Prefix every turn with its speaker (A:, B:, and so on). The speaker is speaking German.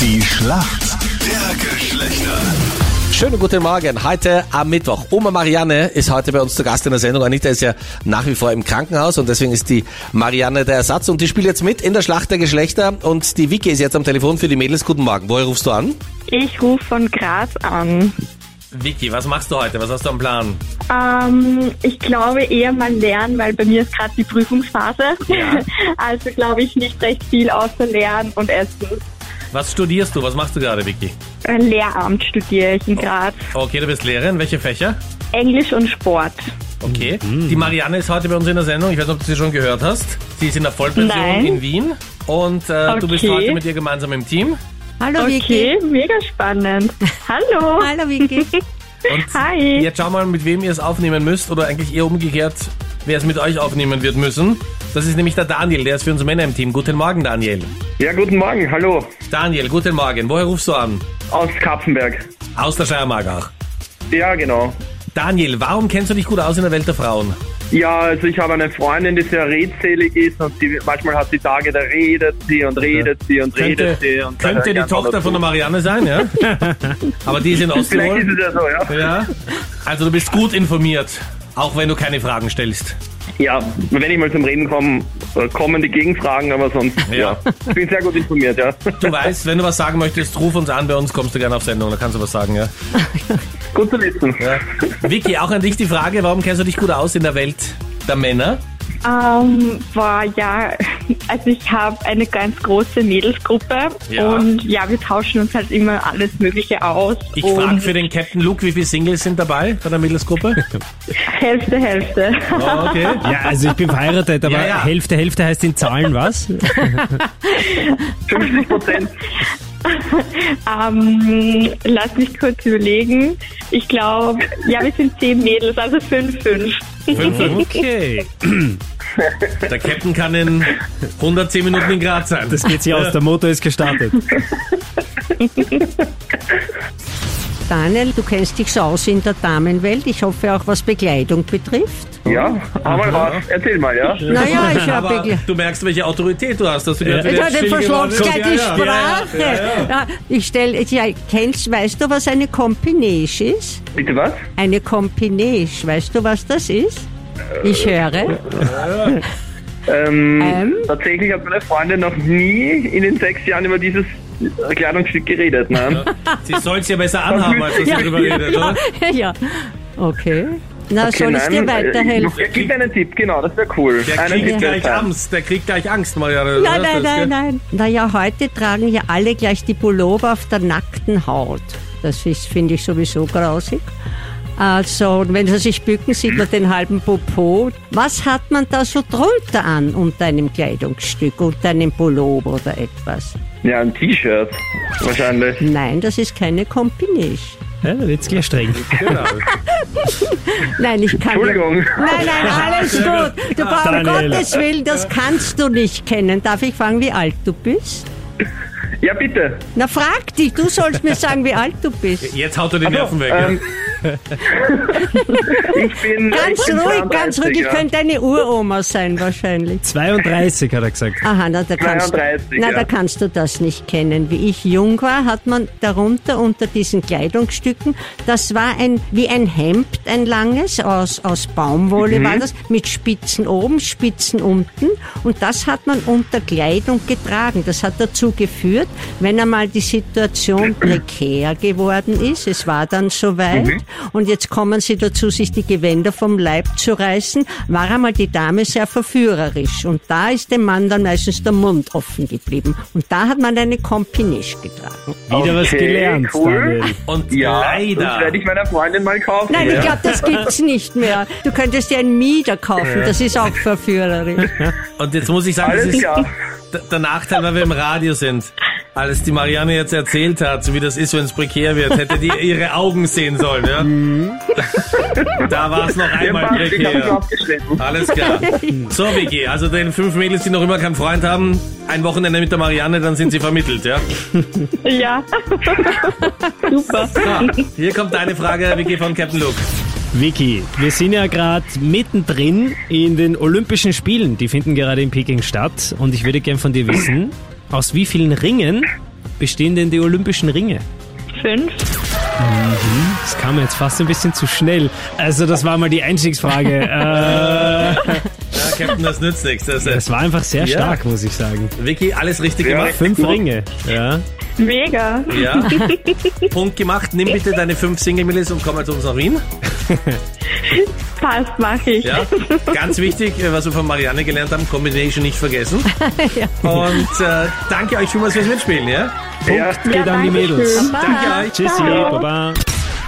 A: Die Schlacht der Geschlechter.
B: Schönen guten Morgen. Heute am Mittwoch. Oma Marianne ist heute bei uns zu Gast in der Sendung. Anita ist ja nach wie vor im Krankenhaus und deswegen ist die Marianne der Ersatz und die spielt jetzt mit in der Schlacht der Geschlechter und die Vicky ist jetzt am Telefon für die Mädels. Guten Morgen. Woher rufst du an?
C: Ich rufe von Graz an.
B: Vicky, was machst du heute? Was hast du am Plan?
C: Ähm, ich glaube eher mal lernen, weil bei mir ist gerade die Prüfungsphase.
B: Ja.
C: Also glaube ich nicht recht viel außer Lernen und Essen.
B: Was studierst du? Was machst du gerade, Vicky?
C: Äh, Lehramt studiere ich in
B: Oh.
C: Graz.
B: Okay, du bist Lehrerin. Welche Fächer?
C: Englisch und Sport.
B: Okay. Die Marianne ist heute bei uns in der Sendung. Ich weiß nicht, ob du sie schon gehört hast. Sie ist in der Vollpension
C: Nein.
B: in Wien und äh, du bist
C: Okay.
B: heute mit ihr gemeinsam im Team.
D: Hallo Vicky.
C: Okay, mega spannend. Hallo.
D: Hallo Vicky.
B: Und
C: Hi.
B: Jetzt schau mal, mit wem ihr es aufnehmen müsst oder eigentlich eher umgekehrt, wer es mit euch aufnehmen wird müssen. Das ist nämlich der Daniel, der ist für uns Männer im Team. Guten Morgen, Daniel.
E: Ja, guten Morgen, hallo.
B: Daniel, guten Morgen. Woher rufst du an?
E: Aus Kapfenberg.
B: Aus der Steiermark auch.
E: Ja, genau.
B: Daniel, warum kennst du dich gut aus in der Welt der Frauen?
E: Ja, also ich habe eine Freundin, die sehr redselig ist und die, manchmal hat sie Tage, da redet sie und redet sie und
B: Könnte,
E: redet sie. Und
B: könnte die Tochter von der Marianne sein, ja? Aber die ist in
E: Vielleicht ist
B: Osttirol.
E: es ja so, ja.
B: Ja. Also du bist gut informiert, auch wenn du keine Fragen stellst.
E: Ja, wenn ich mal zum Reden komme, äh, kommen die Gegenfragen, aber sonst,
B: Ja.
E: ja. Ich bin sehr gut informiert, ja.
B: Du weißt, wenn du was sagen möchtest, ruf uns an, bei uns kommst du gerne auf Sendung, da kannst du was sagen, ja?
E: Gut zu wissen.
B: Ja. Vicky, auch an dich die Frage, warum kennst du dich gut aus in der Welt der Männer?
C: Ähm, boah, ja, also ich habe eine ganz große Mädelsgruppe
B: Ja.
C: und ja, wir tauschen uns halt immer alles Mögliche aus.
B: Ich
C: und
B: frage für den Captain Luke, wie viele Singles sind dabei bei der Mädelsgruppe?
C: Hälfte, Hälfte.
B: Oh,
E: Ah,
B: okay.
F: Ja, also ich bin verheiratet, aber
B: Ja, ja.
F: Hälfte, Hälfte heißt in Zahlen was?
E: 50 Prozent.
C: Ähm, lass mich kurz überlegen. Ich glaube, ja, wir sind zehn Mädels, also fünf, fünf.
B: Fünf, fünf.
F: Okay.
B: Der Captain kann in 110 Minuten in Graz sein.
F: Das geht sich aus, der Motor ist gestartet.
D: Daniel, du kennst dich so aus in der Damenwelt. Ich hoffe auch, was Bekleidung betrifft.
E: Ja, aber was? Erzähl mal, ja.
D: Naja, ich
B: Aber
D: habe
B: du merkst, welche Autorität du hast, dass du gerade
D: ich
B: wieder
D: hatte
B: still geworden bist.
D: verschlagen gleich die
B: Ja, ja.
D: Sprache. Ja, Ich stelle, ja, kennst, weißt du, was eine Kompinage ist?
E: Bitte was?
D: Eine Kompinage, weißt du, was das ist? Ich höre.
E: Ähm,
D: Ähm?
E: Tatsächlich hat meine Freundin noch nie in den sechs Jahren über dieses Kleidungsstück geredet, ne?
B: Sie soll es ja besser anhaben, als dass sie
D: Ja.
B: drüber redet, oder?
D: ja. Okay. Na,
E: Okay,
D: soll ich
E: nein,
D: dir weiterhelfen?
E: äh, Gib mir einen Tipp, genau, das wäre cool.
B: Der
E: einen
B: kriegt
E: Tipp
B: gleich
E: wäre fein.
B: Angst, der kriegt gleich Angst, Marianne.
D: Nein,
B: Du hörst
D: nein,
B: das,
D: nein, nein. Naja, heute tragen ja alle gleich die Pullover auf der nackten Haut. Das ist, finde ich, sowieso grausig. Also, und wenn sie sich bücken, sieht man den halben Popo. Was hat man da so drunter an unter einem Kleidungsstück, unter einem Pullover oder etwas?
E: Ja, ein T-Shirt wahrscheinlich.
D: Nein, das ist keine Kombination.
F: Ja, da wird's gleich streng.
B: gell? Genau.
D: Nein, ich kann ja-
E: Entschuldigung.
D: Nein, nein, alles gut. Du brauchst um
F: Daniela.
D: Gottes Willen, das kannst du nicht kennen. Darf ich fragen, wie alt du bist?
E: Ja, bitte.
D: Na, frag dich, du sollst mir sagen, wie alt du bist.
B: Jetzt haut er die Nerven weg.
E: Ähm, ich bin. ich
D: Ganz
E: bin
D: ruhig, ganz ruhig.
E: 32,
D: Ich könnte deine Uroma sein wahrscheinlich.
F: 32 hat er gesagt.
D: Aha, na, da kannst,
E: 32,
D: du, na,
E: ja.
D: da kannst du das nicht kennen. Wie ich jung war, hat man darunter unter diesen Kleidungsstücken, das war ein, wie ein Hemd, ein langes, aus, aus Baumwolle war das, mit Spitzen oben, Spitzen unten. Und das hat man unter Kleidung getragen. Das hat dazu geführt, wenn einmal die Situation prekär geworden ist, es war dann soweit, und jetzt kommen sie dazu, sich die Gewänder vom Leib zu reißen, war einmal die Dame sehr verführerisch. Und da ist dem Mann dann meistens der Mund offen geblieben. Und da hat man eine Kompinisch getragen.
F: Wieder was
E: Okay,
F: gelernt,
E: cool.
F: Daniel.
B: Und
E: Ja, das
B: leider
E: werde ich meiner Freundin mal kaufen.
D: Nein, ich
E: ja.
D: glaube, das gibt's nicht mehr. Du könntest dir ein Mieder kaufen, das ist auch verführerisch.
B: Und jetzt muss ich sagen, das
E: Alles
B: ist
E: klar.
B: d- der Nachteil, weil wir im Radio sind. Als die Marianne jetzt erzählt hat, wie das ist, wenn es prekär wird, hätte die ihre Augen sehen sollen. Ja? da war es noch
E: Ja,
B: einmal
E: passt, ich habe mich
B: prekär.
E: aufgeschnitten.
B: Alles klar. So, Vicky, also den fünf Mädels, die noch immer keinen Freund haben, ein Wochenende mit der Marianne, dann sind sie vermittelt, ja?
C: Ja. Super.
B: So, hier kommt deine Frage, Vicky, von Captain Luke.
F: Vicky, wir sind ja gerade mittendrin in den Olympischen Spielen. Die finden gerade in Peking statt. Und ich würde gern von dir wissen, aus wie vielen Ringen bestehen denn die Olympischen Ringe?
C: Fünf.
F: Das kam mir jetzt fast ein bisschen zu schnell. Also das war mal die Einstiegsfrage. äh,
B: Ja, Captain, das nützt nichts. Das ist,
F: das war einfach sehr
B: Ja.
F: stark, muss ich sagen.
B: Vicky, alles richtig
E: Ja.
B: gemacht.
F: Fünf Ringe. Ja.
C: Mega.
B: Ja. Punkt gemacht. Nimm bitte deine fünf Single-Millis und komm mit uns nach Wien.
C: Passt, mache ich.
B: Ja. Ganz wichtig, äh, was wir von Marianne gelernt haben, Combination nicht vergessen. Und äh, danke euch vielmals fürs Mitspielen. Ja?
E: Ja.
F: Geht an die
C: danke
F: Mädels.
C: schön.
B: Danke euch.
F: Tschüssi,
C: Ciao.
F: Baba.